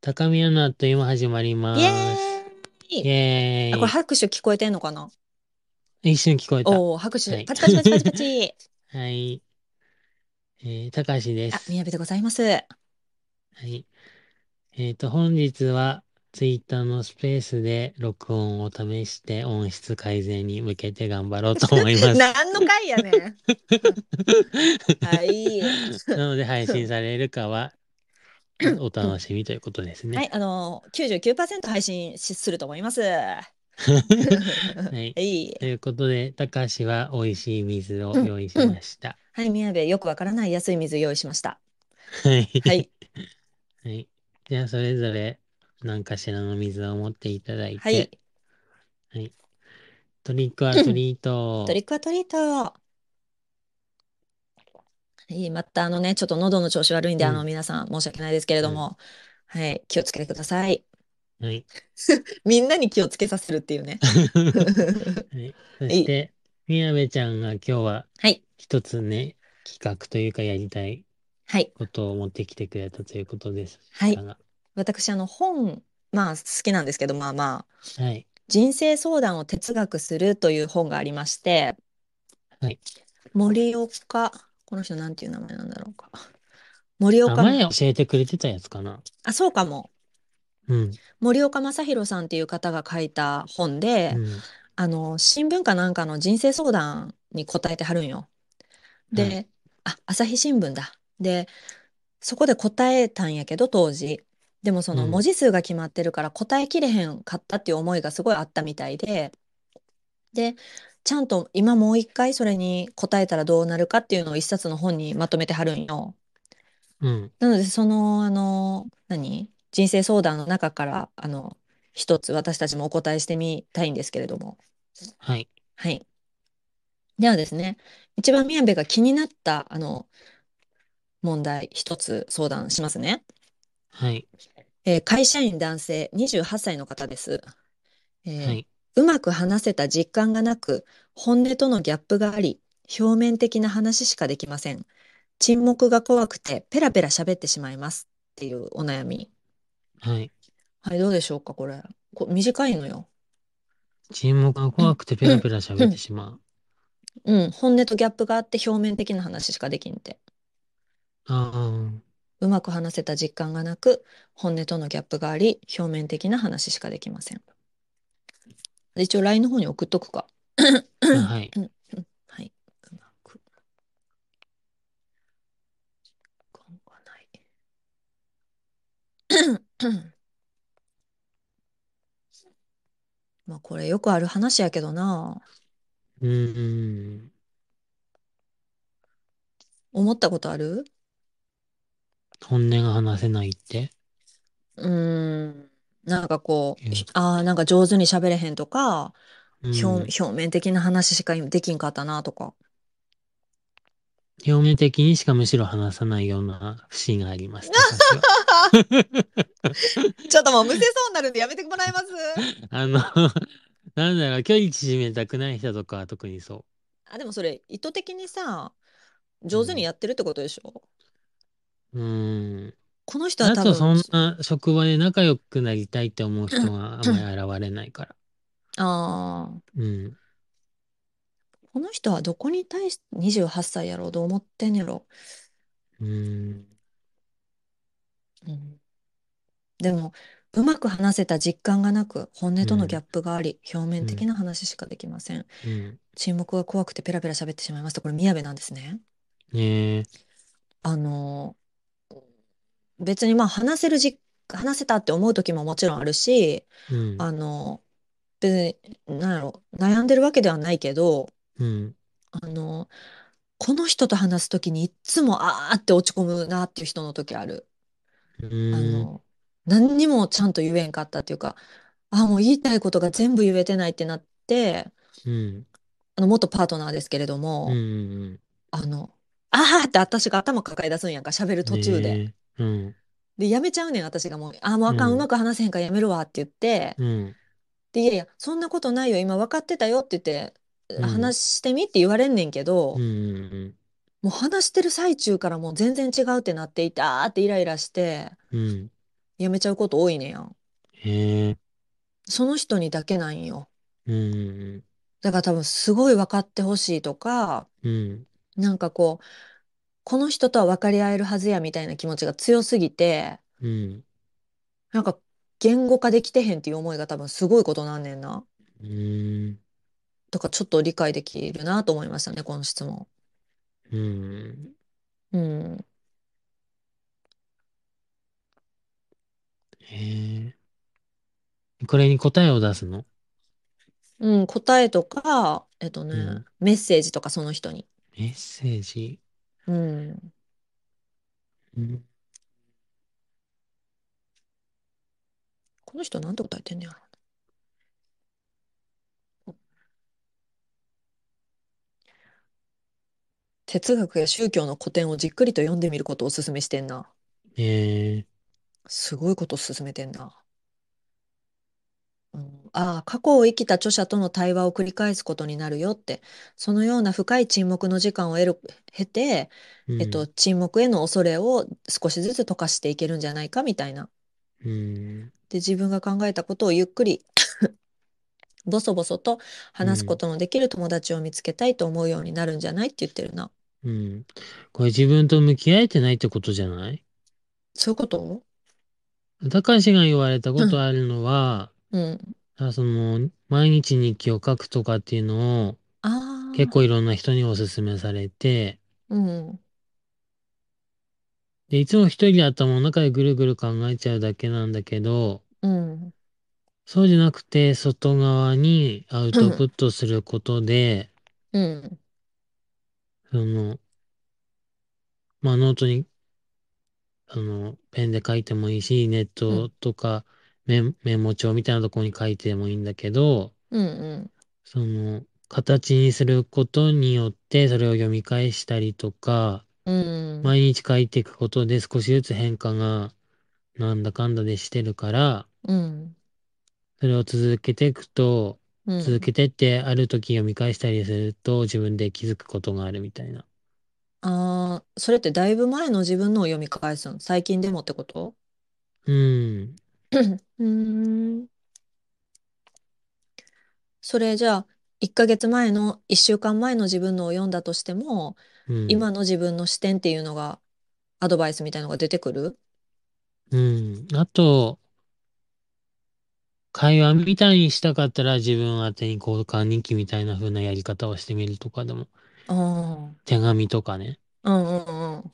高宮のあっという間始まります。イエーイイエーイあ、これ拍手聞こえてんのかな一瞬聞こえた。おお拍手、はいパチパチパチパチパ チ。はい。えー、たかしであ、す。みやびでございます。ははい。えっ、と、本日は、ツイッターのスペースで録音を試して音質改善に向けて頑張ろうと思いま す。何の回や ねん。はい。な ので、配信されるかは、お楽しみということですはね。い、あの、99%配信しすると思います。ははい。い。ということで、たかしは美味しい水を用意しました。はい、みやべ、よくわからない安い水用意しました。はい。 はい。はい。じゃあ、それぞれ何かしらの水を持っていただいはてい、。トリックアトリート。 トリックはトリート。はい、またあのね、ちょっと喉の調子悪いんで、あうの、ん皆さん申し訳ないですけれども、はい、気をつけてください。はい。みんなに気をつけさせるっていうね。はいそして、みやべちゃんが今日ははい。一つね、企画というかやりたい はい。ことを持ってきてくれたということですはいが。私、あの、本、まあ、好きなんですけど、まあまあ、はい。人生相談を哲学するという本がありまして、はい森岡、この人なんていう名前なんだろうか。森あ、岡、前教えてくれてたやつかな。あ、そうかも。うん。森岡正弘さんっていう方が書いた本で、うんあの、新聞かなんかの人生相談に答えてはるんよ。で、はあ、朝日新聞だ。で、そこで答えたんやけど、当時。でもそのうん文字数が決まってるから答えきれへんかったっていう思いがすごいあったみたいで、で、ちゃんと今もう一回それに答えたらどうなるかっていうのを一冊の本にまとめてはるんよ。うん。なので、その、あの、何人生相談の中から、あの、一つ私たちもお答えしてみたいんですけれども。はい。はい。ではですね、一番宮部が気になった、あの、問題、一つ相談しますね。はい。えー会社員男性、28歳の方です。えーはい。うまく話せた実感がなく、本音とのギャップがあり、表面的な話しかできません。沈黙が怖くて、ペラペラ喋ってしまいます。っていうお悩み。はい。はい、どうでしょうか、これ。こ短いのよ。沈黙が怖くてペラペラ喋ってしまう。うん、本音とギャップがあって、表面的な話しかできんって。ああ。うまく話せた実感がなく、本音とのギャップがあり、表面的な話しかできません。一応 LINE の方に送っとくか。あはい。はい。うまく。実感がない。 まあこれよくある話やけどな。うんうん。思ったことある本音が話せないって。うーん。なんかこううん、ああ、なんか上手に喋れへんとか、うん表、表面的な話しかできんかったなとか。表面的にしかむしろ話さないような節があります。 ちょっともうむせそうになるんでやめてもらえますあの、なんだろう、距離縮めたくない人とかは特にそ あ、でもそれ意図的にさ、上手にやってるってことでしょ、う。うん。この人はだ多とそん分、な職場で仲良くなりたいって思う人があまり現れないから。ああ、うん。この人はどこに対して28歳やろうどう思ってんやろ。うん。うん、でも、うまく話せた実感がなく、本音とのギャップがあり、表面的な話しかできません。うん。沈黙が怖くてペラペラ喋ってしまいました。これ、宮部なんですね。ねえ。あの、別にまあ話せるじ、話せたって思う時ももちろんあるし、うん。あの、別に、なんやろ、悩んでるわけではないけど、うん。あの、この人と話す時にいっつもあーって落ち込むなっていう人の時ある。うあん。の、何にもちゃんと言えんかったっていうか、あーもう言いたいことが全部言えてないってなって、うん。あの、元パートナーですけれどうも、ん。あの、あーって私が頭抱え出すんやんか、喋る途中で。ねえ。うん。で、やめちゃうねん、私がもう、あーもうあかん、うんうまく話せへんからやめるわって言って、うん。で、いやいや、そんなことないよ、今分かってたよって言っうて、ん話してみって言われんねんけど、うん。うん。もう話してる最中からもう全然違うってなっていて、あーってイライラして、うん。辞めちゃうこと多いねやん。へえ、その人にだけなんよ。うん、だから多分すごい分かってほしいとか、うん、なんかこう、この人とは分かり合えるはずやみたいな気持ちが強すぎて、うん、なんか言語化できてへんっていう思いが多分すごいことなんねんな。うん、とかちょっと理解できるなと思いましたね、この質問。うん。うん。へえ、これに答えを出すのうん、答えとか、えっとうね、ん。メッセージとかその人に。メッセージ。うん。うん。この人なんて答えてんねやろ。哲学や宗教の古典をじっくりと読んでみることをお勧めしてんな。ええ、すごいことを勧めてんな。うん、ああ、過去を生きた著者との対話を繰り返すことになるよって、そのような深い沈黙の時間を得る、経て、うえっと、ん、沈黙への恐れを少しずつ溶かしていけるんじゃないかみたいな。うん、で、自分が考えたことをゆっくり、 ボソボソとう話すこん、とのできる友達を見つけたいと思うようになるんじゃないって言ってるな。うん。これ自分と向き合えてないってことじゃないそういうこと高橋が言われたこうとん。あるのは、うんあその、毎日日記を書くとかっていうのを、結あ構いろんな人にお勧めされて、あ、うん。で、いつも一人で頭の中でぐるぐる考えちゃうだけなんだけど、うん。そうじゃなくて、外側にアウうトプん。ットすることで、うん。その、まあ、ノートに、あの、ペンで書いてもいいし、ネッうトん。とかメ、メモ帳みたいなところに書いてもいいんだけど、うん。その、形にすることによって、それを読み返したりとか、うん。うん。毎日書いていくことで少しずつ変化が、なんだかんだでしてるから、うん。それを続けていくと、う続んけてって、ある時読み返したりすると、自分で気づくことがあるみたいな。ああ、それってだいぶ前の自分のを読み返すの。最近でもってことうん。うーん。それじゃあ、1ヶ月前の、1週間前の自分のを読んだとしても、うん。今の自分の視点っていうのが、アドバイスみたいのが出てくるうん。あと、会話みたいにしたかったら自分宛てに交換日記みたいな風なやり方をしてみるとかでも、ああ手紙とかね、ー、うんうん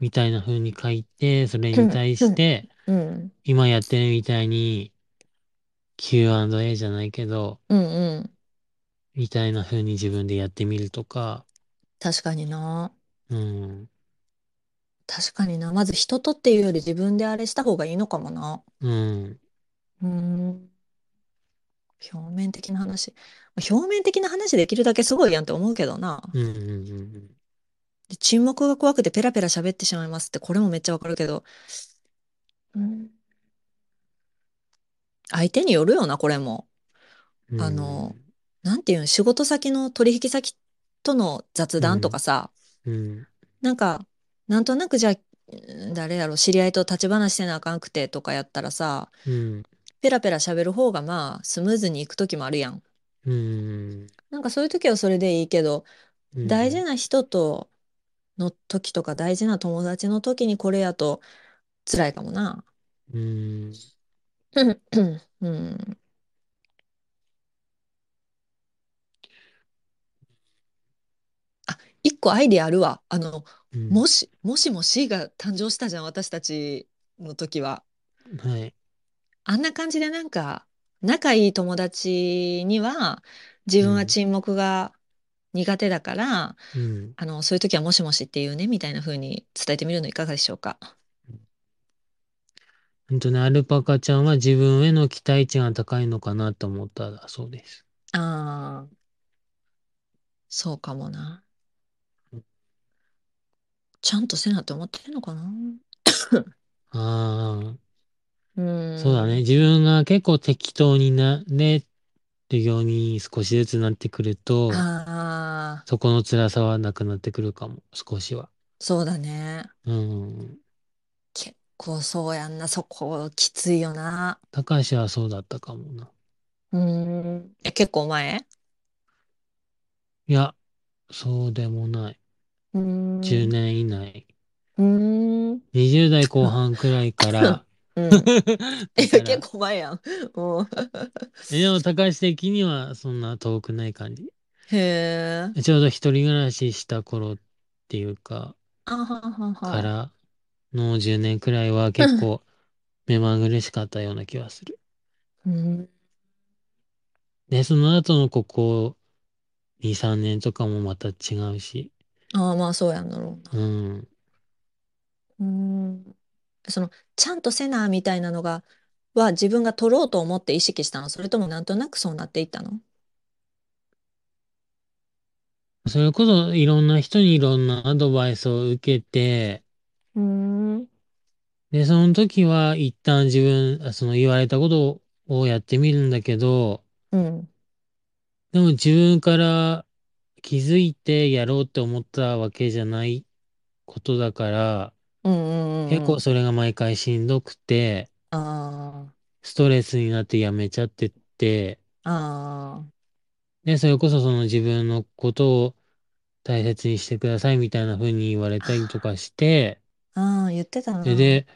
みたいな風に書いて、それうにん。対うしんて、うん。今やってるみたいに Q&A じゃないけど、うんうん。みたいな風に自分でやってみるとか、確かにな。うん。確かにな。まず人とっていうより自分であれした方がいいのかもな。うん。うーん。表面的な話。表面的な話できるだけすごいやんって思うけどな。うんうんうんうん。で沈黙が怖くてペラペラ喋ってしまいますって、これもめっちゃわかるけど。うん。相手によるよな、これも。うあの、ん。なんていうん、仕事先の取引先との雑う談とかん。さ、うん。なんか、なんとなくじゃあ、うん誰やろ、知り合いと立ち話してなあかんくてとかやったらさ、うん。ペラペラ喋る方がまあ、スムーズにいく時もあるやん。うん。なんかそういう時はそれでいいけど、う大事ん。な人との時とか大事な友達の時にこれやと辛いかもな。うん。うん。あ、一個アイディアあるわ。あの、うん。もし、もしもしが誕生したじゃん、私たちの時は。はい。あんな感じでなんか、仲いい友達には、自う分はん。沈黙が苦手だから、うん。あの、そういう時はもしもしっていうね、みたいな風に伝えてみるのいかがでしょうか。本当ね、アルパカちゃんは自分への期待値が高いのかなと思ったらそうです。ああ、そうかもな。ちゃんとせなって思ってるのかな。ああ、うそうだーね。ん。自分が結構適当になれるように少しずつなってくると、ああ、そこの辛さはなくなってくるかも、少しは。そうだね。うん。結構こそうやんな、そこきついよな。高橋はそうだったかもな。うーん。え、結構前いや、そうでもない。うーん。 10年以内。うーん。 20代後半くらいから、う ん。だえ、から 結構前やん。うん。えでも高橋的にはそんな遠くない感じ。へえ。ちょうど一人暮らしした頃っていうか、あははは。からの10年くらいは結構目まぐるしかったような気はする。うん。で、その後のここ2、3年とかもまた違うし。ああ、まあそうやんだろうな。うん。うん。その、ちゃんとせな、みたいなのが、は自分が取ろうと思って意識したのそれともなんとなくそうなっていったのそれこそいろんな人にいろんなアドバイスを受けて、うん。で、その時は一旦自分、あその言われたことをやってみるんだけど、うん。でも自分から気づいてやろうって思ったわけじゃないことだから、うんうんうんうん。結構それが毎回しんどくて、あストレスになってやめちゃってって、あ、あで、それこそその自分のことを大切にしてくださいみたいな風に言われたりとかして、あ、ああ、言ってたな。それで、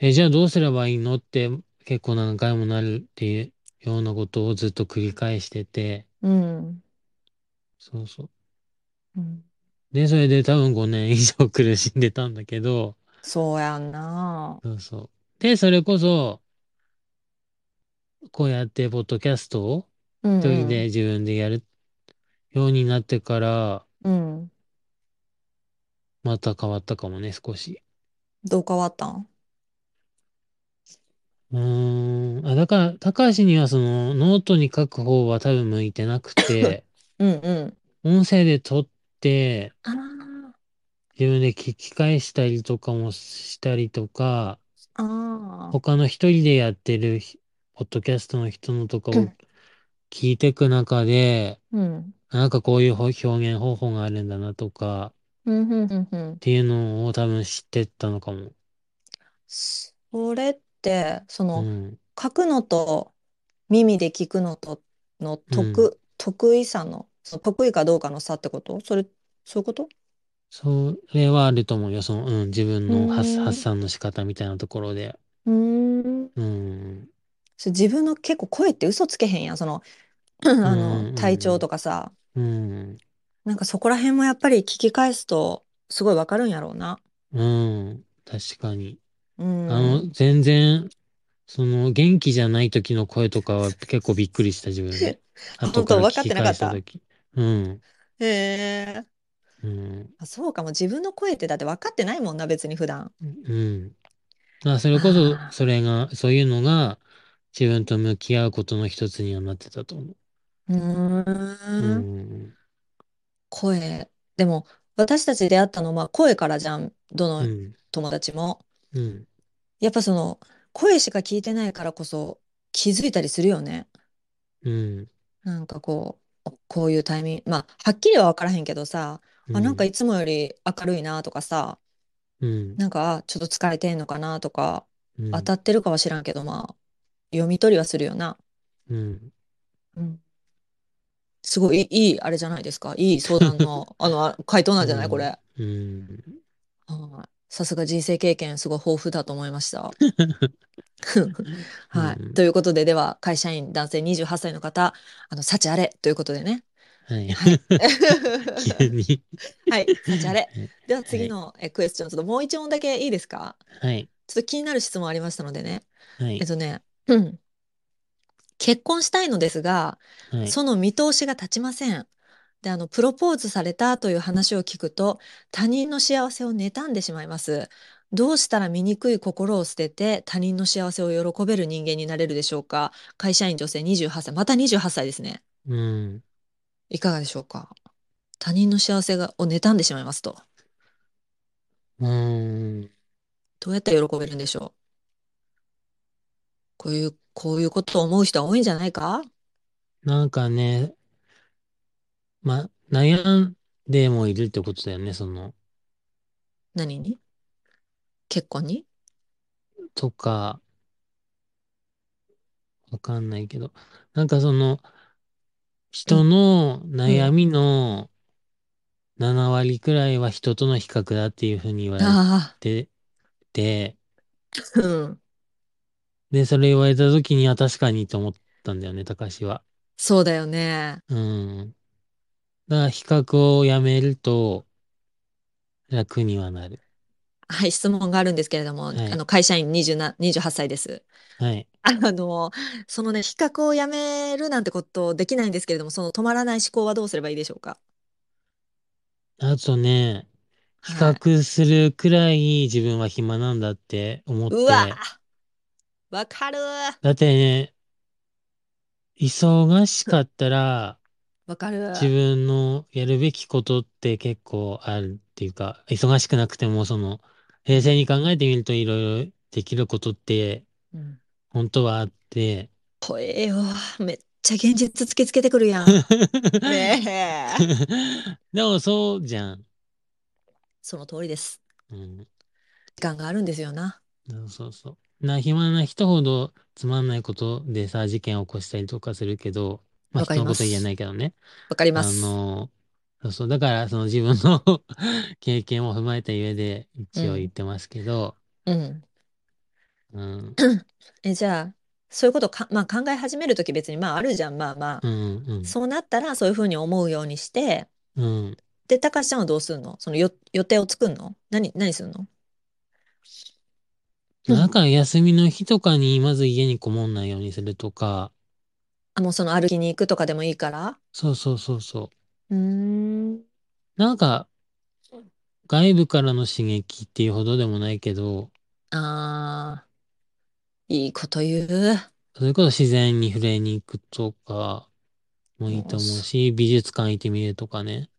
え、じゃあどうすればいいのって結構何回もなるっていうようなことをずっと繰り返してて、うん。そうそう。うんで、それで多分5年以上苦しんでたんだけど、そうやんな。そうそう。で、それこそ、こうやってポッドキャストをうん一人で自分でやるようになってから、うん。うん。また変わったかもね、少し。どう変わったんうーん。あ、だから、高橋にはその、ノートに書く方は多分向いてなく て、うんうん。音声で撮って、ああ、自分で聞き返したりとかもしたりとか、ああ。他の一人でやってるひポッドキャストの人のとかうをん聞いてく中で、うん。なんかこういうほ表現方法があるんだなとか、うんうんうんうん。っていうのを多分知ってったのかも。それって、そうの、ん。書くのと耳で聞くのとのう得、得意さの、その得意かどうかの差ってことそれ、そういうことそれはあると思うよ。その、うん、自分の発、うーん発散の仕方みたいなところで。うーん。うん。そう自分の結構声って嘘つけへんやん。その、 あうんうんうの、ん体調とかさ。うん。なんかそこら辺もやっぱり聞き返すと、すごいわかるんやろうな。うん。確かに。うあの、ん。全然、その、元気じゃない時の声とかは結構びっくりした自分 で。後から本当分聞かっきてなか返っしたた時。うん。へえ。うん。あそうかも。自分の声ってだって分かってないもんな、別に普段。うん。まあ、それこ そ、あーそれが、そういうのが、自分と向き合うことの一つにはなってたと思うう。ー。うんん。声。でも、私たち出会ったのはまあ声からじゃん。どうのん。友達も。うん。やっぱその、声しか聞いてないからこそ気づいたりするよね。うん。なんかこう、こういうタイミング。まあ、はっきりは分からへんけどさ、うあ、なんかん。いつもより明るいなとかさ、うん。なんか、あちょっと疲れてんのかなとか、う当ん。たってるかは知らんけど、まあ、読み取りはするよな。うん。うんすごいいい、いいあれじゃないですか。いい相談 の、あの、あ回答なんじゃないこれ。うん。はいさすが人生経験、すごい豊富だと思いました。 うはい。んということで、では、会社員男性28歳の方、あの、幸あれということ でね。はい。はい。急に。はい、幸あれ。では、は次のえクエスチョン、ちょっともう一問だけいいですかはい。ちょっと気になる質問ありましたのでね。はえっい。とね、うん結婚したいのですが、はい。その見通しが立ちません。で、あの、プロポーズされたという話を聞くと、他人の幸せを妬んでしまいます。どうしたら醜い心を捨てて、他人の幸せを喜べる人間になれるでしょうか会社員女性28歳。また28歳ですね。うん。いかがでしょうか他人の幸せが、を妬んでしまいますと。うん。どうやって喜べるんでしょうこういう、こういうことを思う人は多いんじゃないかなんかね、ま、悩んでもいるってことだよね、その。何に結婚にとか、わかんないけど、なんかその、う人ん、のう悩ん。みの7割くらいは人との比較だっていうふうに言われああ、てて、うん。で、それ言われた時には確かにと思ったんだよね、高橋は。そうだよね。うん。だから比較をやめると楽にはなる。はい、質問があるんですけれども、はあい。の、会社員27、28歳です。はい。あの、そのね、比較をやめるなんてことできないんですけれども、その止まらない思考はどうすればいいでしょうか。あとね、比はい。較するくらい自分は暇なんだって思っうわ、て、わかる。だってね、忙しかったら、わか自る。分のやるべきことって結構あるっていうか、忙しくなくてもその、冷静に考えてみるといろいろできることってうん。本当はあって、こえよ。めっちゃ現実突きつけてくる やん。ねえ。でもそうじゃん。その通りです。うん。時間があるんですよな。そうそうそう。な、暇な人ほどつまんないことでさ、事件を起こしたりとかするけど、まあわか人りのまこと言えなす。いけどね。わかりまあす。の、そうそう。だからその自分の経験を踏まえた上でう一応言っん。てますけど、うん。うん。え、じゃあ、そういうことか、まあ、考え始めるとき別に、まあ、あるじゃん。まあまあ。うんうん。そうなったら、そういうふうに思うようにして、うん。で、たかしちゃんはどうすんのそのよ予定を作んの何、何すんのうだんから休みの日とかにまず家にこもんないようにするとか、あ、もうその歩きに行くとかでもいいからそうそうそうそう。うーん。なんか外部からの刺激っていうほどでもないけど、ああ、いいこと言う。それこそ自然に触れに行くとかもいいもとう思うそ、し、美術館行ってみるとかね。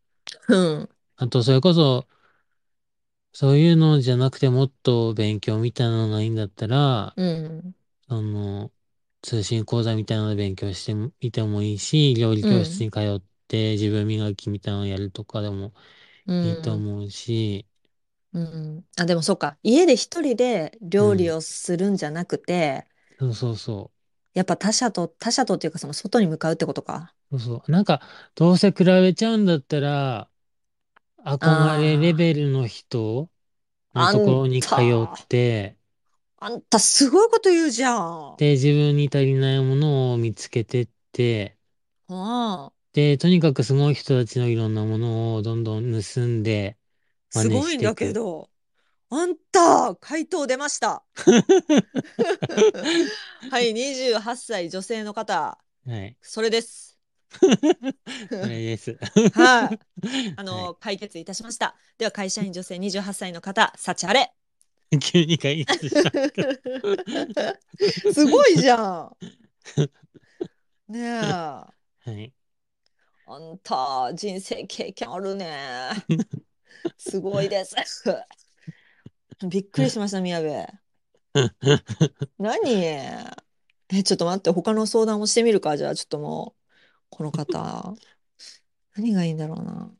うん。あとそれこそそういうのじゃなくてもっと勉強みたいなのがいいんだったら、うん。その通信講座みたいなので勉強してみてもいいし、料理う教室ん。に通って自分磨きみたいなのをやるとかでもういいとん。思うし、うん。あ、でもそうか。家で一人でう料理ん。をするんじゃなくて、そうそうそやっぱ他者と、他者とっていうかその外に向かうってことか。う。そうそう。なんか、どうせ比べちゃうんだったら、憧れレあベルの人あ、のあとこん、ろに通ったて、あんたすごいこと言うじゃん。で、自分に足りないものを見つけてって、ああ、で、とにかくすごい人たちのいろんなものをどんどん盗んで、真す似ごしいんていだけく。ど。あんた、回答出ました。 はい、28歳女性の方、はい。それです。 それです。 はい、あはい。の、解決いたしました。では、会社員女性28歳の方、幸 あれ。急に解決 した。すごいじ ゃん。ねえ、あはい。んた、人生経験あるね。すごいです。 びっくりしました、宮部。何え、ちょっと待って、他の相談もしてみるか。じゃあ、ちょっともう、この方、何がいいんだろうな。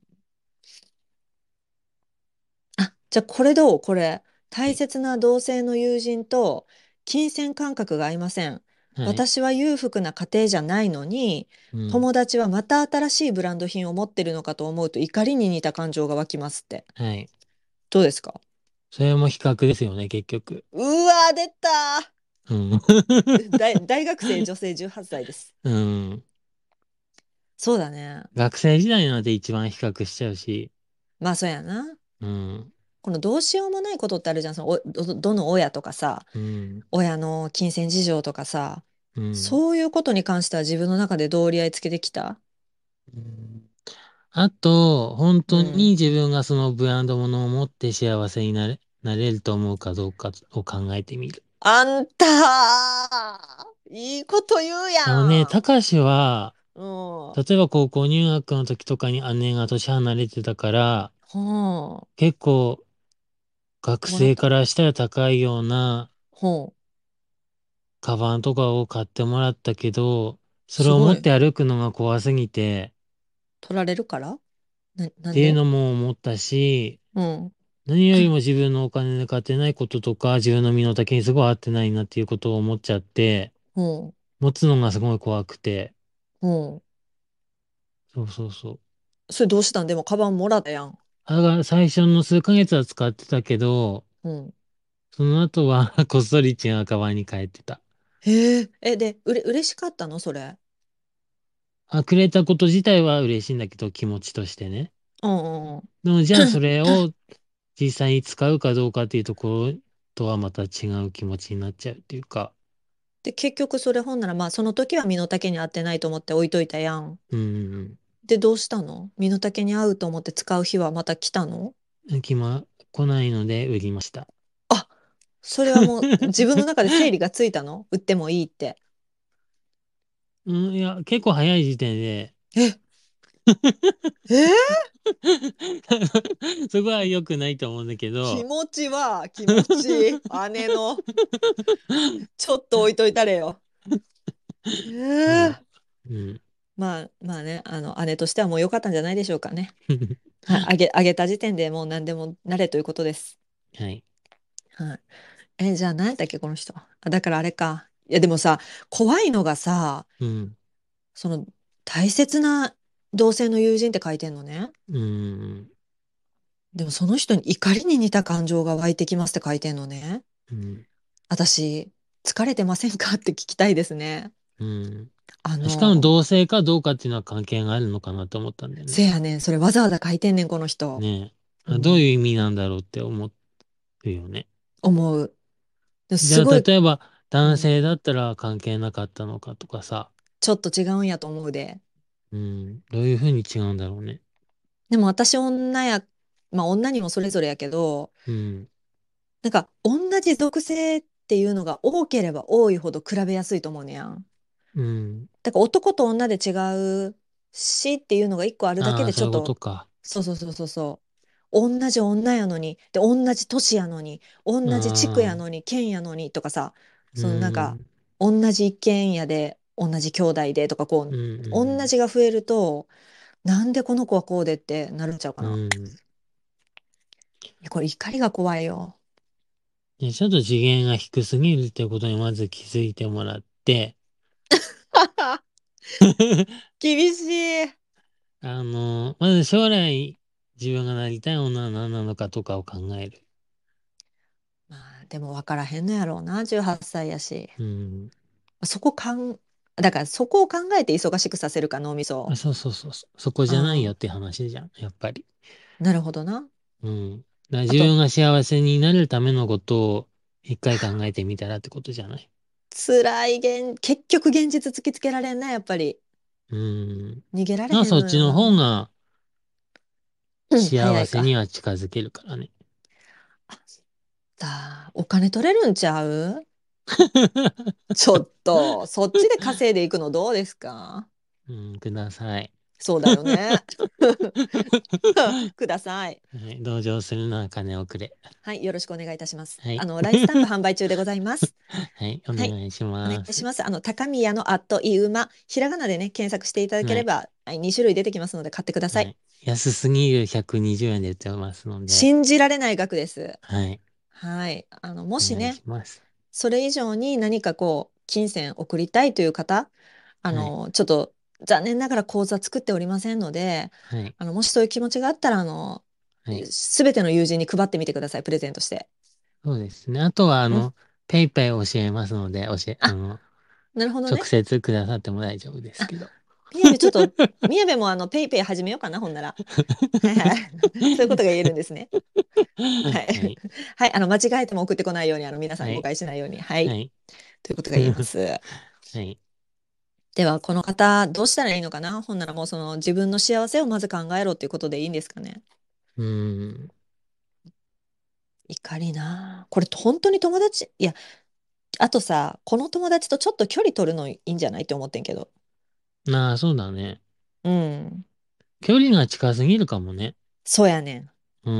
あ、じゃあこれどうこれ。は大い。切な同性の友人と金銭感覚が合いません。はい。私は裕福な家庭じゃないのに、うん。友達はまた新しいブランド品を持ってるのかと思うと怒りに似た感情が湧きますって。はい。どうですかそれも比較ですよね、結局。うわー、出たうん。 ー大、大学生女性18歳です。うん。そうだね。学生時代なんて一番比較しちゃうし。まあそうやな。うん。このどうしようもないことってあるじゃん。そのおど、どの親とかさ、うん。親の金銭事情とかさ、うん。そういうことに関しては自分の中でどう折り合いつけてきたうんあと、本う当にん。自分がそのブランド物を持って幸せになれ、なれると思うかどうかを考えてみる。あんたいいこと言うあのね、やたかしは、ん。うん。例えば高校入学の時とかに姉が年離れてたから、ほう。結構学もらっ生た。からしたら高いようなほう。カバンとかを買ってもらったけど、それすを持ごっい。て歩くのが怖すぎて、取られるからな、っなんていうでのも思ったし、うん。何よりも自分のお金で買ってないこととか、自分の身の丈にすごい合ってないなっていうことを思っちゃって、うん、持つのがすごい怖くて。うん。そうそうそう。それどうしたんでもカバンもらったやん。だから最初の数ヶ月は使ってたけど、うん。その後は こっそり違うカバンに変えてた。へえ、え、で、うれ、嬉しかったのそれ。あ、くれたこと自体は嬉しいんだけど、気持ちとしてね。うんうん。でもじゃあそれを実際に使うかどうかっていうところとはまた違う気持ちになっちゃうっていうか。で、結局それほんなら、まあ、その時は身の丈に合ってないと思って置いといたやん。うんうんで、どうしたの身の丈に合うと思って使う日はまた来たのうん。気ま、来ないので売りました。あ、それはもう自分の中で整理がついたの売ってもいいって。うん、いや、結構早い時点で、 え、えーそこは良くないと思うんだけ気ど、持ちは気持ち、姉の、ちょっと置いといたれよ。えそーう。うん。 まあまあね、あの姉としてはもう良かったんじゃないでしょうかね。はい、あげ、あげた時点でもう何でもなれということです。はい。はい。え、じゃあ何やったっけ、この人。あ、だからあれか。いや、でもさ、怖いのがさ、うん。その、大切な同性の友人って書いてんのね。うん。でもその人に怒りに似た感情が湧いてきますって書いてんのね。うん。私、疲れてませんかって聞きたいですね。うんあしかもの、同性かどうかっていうのは関係があるのかなと思ったんだよせね。やねん、それわざわざ書いてんねん、この人。ねえ。う、あどうんいう意味なんだろうって思うよね。思う。じでもゃすあごい、例えばう男ん、性だったら関係なかったのかとかさ。ちょっと違うんやと思うで。うん。どういうふうに違うんだろうね。でも私女や、まあ女にもそれぞれやけど、うん。なんか同じ属性っていうのが多ければ多いほど比べやすいと思うねやん。うん。だから男と女で違うしっていうのが一個あるだけああ、でちそょういっうことと、か。そうそうそうそうそう。同じ女やのに、で、同じ都市やのに、同じ地区やああ、のに、県やのにとかさ、うそのなんか、ん。同じ一軒家で、同じ兄弟でとか、こうう、同ん。じが増えると、なんでこの子はこうでってなるんちゃうかうな。ん。うんいやこれ怒りが怖いよ。ねちょっと次元が低すぎるってことにまず気づいてもらって、厳しい。あの、まず将来自分がなりたい女は何なのかとかを考える。まあ、でも分からへんのやろうな、18歳やし。うん。そこかん、だからそこを考えて忙しくさせるか、脳みそあ、を。そうそうそうそう。そこじゃないよあって話じゃん、やっぱり。あ、なるほどな。うん。だからあ自と、分が幸せになれるためのことを一回考えてみたらってことじゃない。辛い現、結局現実突きつけられんな、やっぱり。うん。逃げられまあへんそっのちよの方な。がうん、早幸いせにか。は近づけるからね。あさあ、お金取れるんち ゃうちょっと、そっちで稼いでいくのどうですかうん、ください。そうだ よね。ください。はい、同情するなら金をくれ。はい、よろしくお願いいたします。はあい。の、ラインスタンプ販売中でございます。はい、おは願い。いしお願まいしす。ます。あの、高宮のアットイウマ、ひらがなでね、検索していただけはれい、ば、はい、2種類出てきますので買ってくださ。はいい。安すぎる120円で売ってますので、信じられない額です。はい、はい。あの、もおし願いね、します。それ以上に何かこう、金銭送りたいという方、はあい、の、ちょっと残念ながら口座作っておりませんので、はい、あの、もしそういう気持ちがあったら、あの、はい。すべての友人に配ってみてください、プレゼントして。そうですね。あとは、あうん。の、ペイペイ教えますので、教え、ああ、の、なるほど直ね。接くださっても大丈夫ですあ、けど。みやべちょっと、みやべもあの、ペイペイ始めようかな、ほんなら。はいはい。 そういうことが言えるんですね。はい。はい、はい。あの、間違えても送ってこないように、あの、皆さはん誤い、解しないように。は。はいい。ということが言えま す。はい、では、この方、どうしたらいいのかなほんならもう、その、自分の幸せをまず考えろっていうことでいいんですかね。うん、怒りなあ。これ、本当に友達、いや、あとさ、この友達とちょっと距離取るのいいんじゃないって思ってんけど。なあ、そうだね。うん。距離が近すぎるかもね。そうやねん。う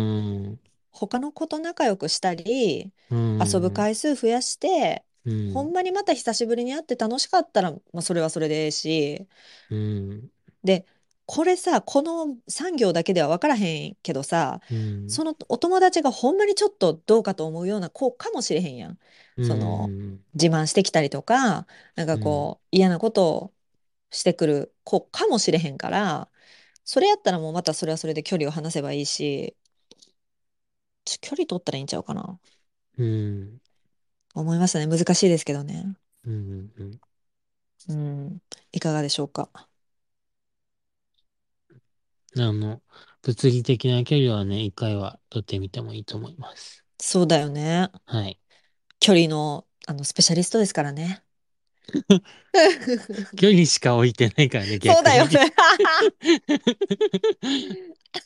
ん、他の子と仲良くしたり、う遊ぶん、回数増やして、うほんん、まにまた久しぶりに会って楽しかったら、まあ、それはそれでええし、うん。でこれさ、この産業だけでは分からへんけどさ、うん。そのお友達がほんまにちょっとどうかと思うような子かもしれへんやん。うその、ん。自慢してきたりとか、なんかうん。こう、嫌なことをしてくる子かもしれへんから、それやったらもうまたそれはそれで距離を離せばいいし、ちょ距離取ったらいいんちゃうかな。うん。思いましたね。難しいですけどね。うん。うんうん。いかがでしょうか。あの、物理的な距離はね、一回は取ってみてもいいと思います。そうだよね。はい。距離の、あの、スペシャリストですからね。 距離しか置いてないからね、そう逆だよに。ね。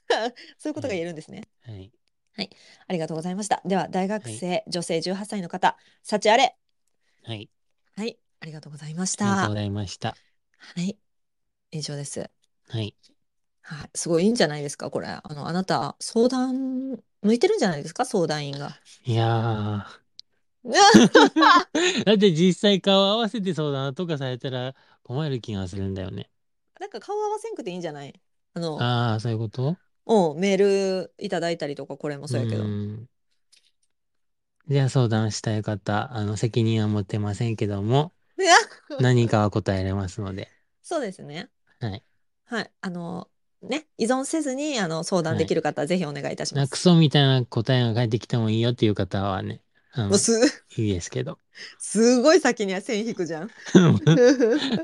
は そういうことが言い。えるんですね。はい。はい。ありがとうございました。では、大学はい。生、女性18歳の方、幸あれ。はい。はい。ありがとうございましありがとうた。ございました。はい。以上です。はい。はい。すごいいいんじゃないですか、これ。あの、あなた、相談、向いてるんじゃないですか、相談 員が。いやー。だって実際顔合わせて相談とかされたら困る気がするんだよね。なんか顔合わせんくていいんじゃないあの、ああ、そういうことうん、メールいただいたりとか、これもうそうやけ ど。ーん。じゃあ相談したい方、あの、責任は持てませんけども、いや何かは答えれますので。そうですね。はい。はい。あの、ね、依存せずに、あの、相談はできい。る方、ぜひお願いいたしまなクす。ソみたいな答えが返ってきてもいいよっていう方はね、あもうの、す、いいですけど。 すごい先には線引くじゃん。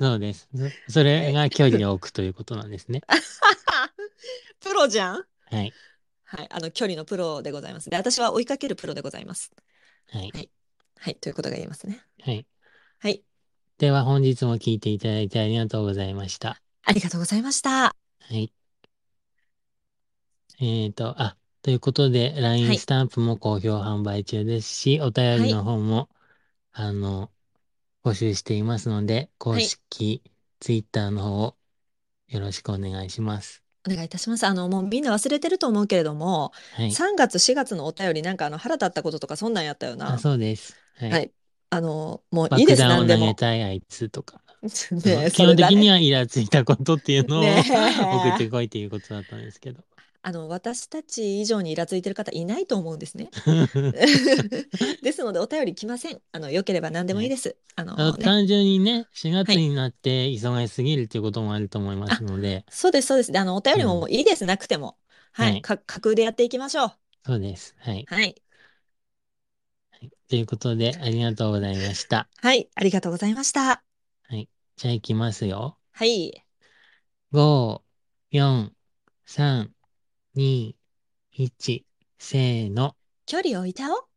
そうです。そそれえが距離を置くということなんですね。 プロじゃん。はい。はい。あの、距離のプロでございます。で、私は追いかけるプロでございます。はい。はい。はい。ということが言えますね。はい。はい。では本日も聞いていただいてありがとうございました。ありがとうございました。はい。えーと、あ、ということで、は LINE スい。タンプも好評販売中ですし、お便はりのい。方も、あの、募集していますので、公はい。式 Twitter の方をよろしくお願いします。お願いいたします。あの、もうみんな忘れてると思うけれども、はい。 3月、4月のお便り、なんかあの、腹立ったこととか、そんなんやったよあ、な。そうです。は。はいい。あの、もういい爆です、弾なをんで投げも。たいあいつとか、そ ねの、え、そ基れ本的に誰はイラついたことっていうねのを 送ってえ。こいっていうことだったんですけど。あの、私たち以上にイラついてる方いないと思うんで すね。はですので、お便り来ません。あの、良ければ何でもいいい。です。ああののね。単純にね、4は月い。になって忙しすぎるっていうこともあると思いまあ、すので、そうです、そうです。であの、お便うりももん。ういいです、なくても。は。はいい。か、架空でやっていきましょう。そうです。はい。はい。ということで、ありがとうございました。はい。ありがとうございました。はい。じゃあ行きますよ。はい。 5、4、3、2、1、せーの。距離を置いたお。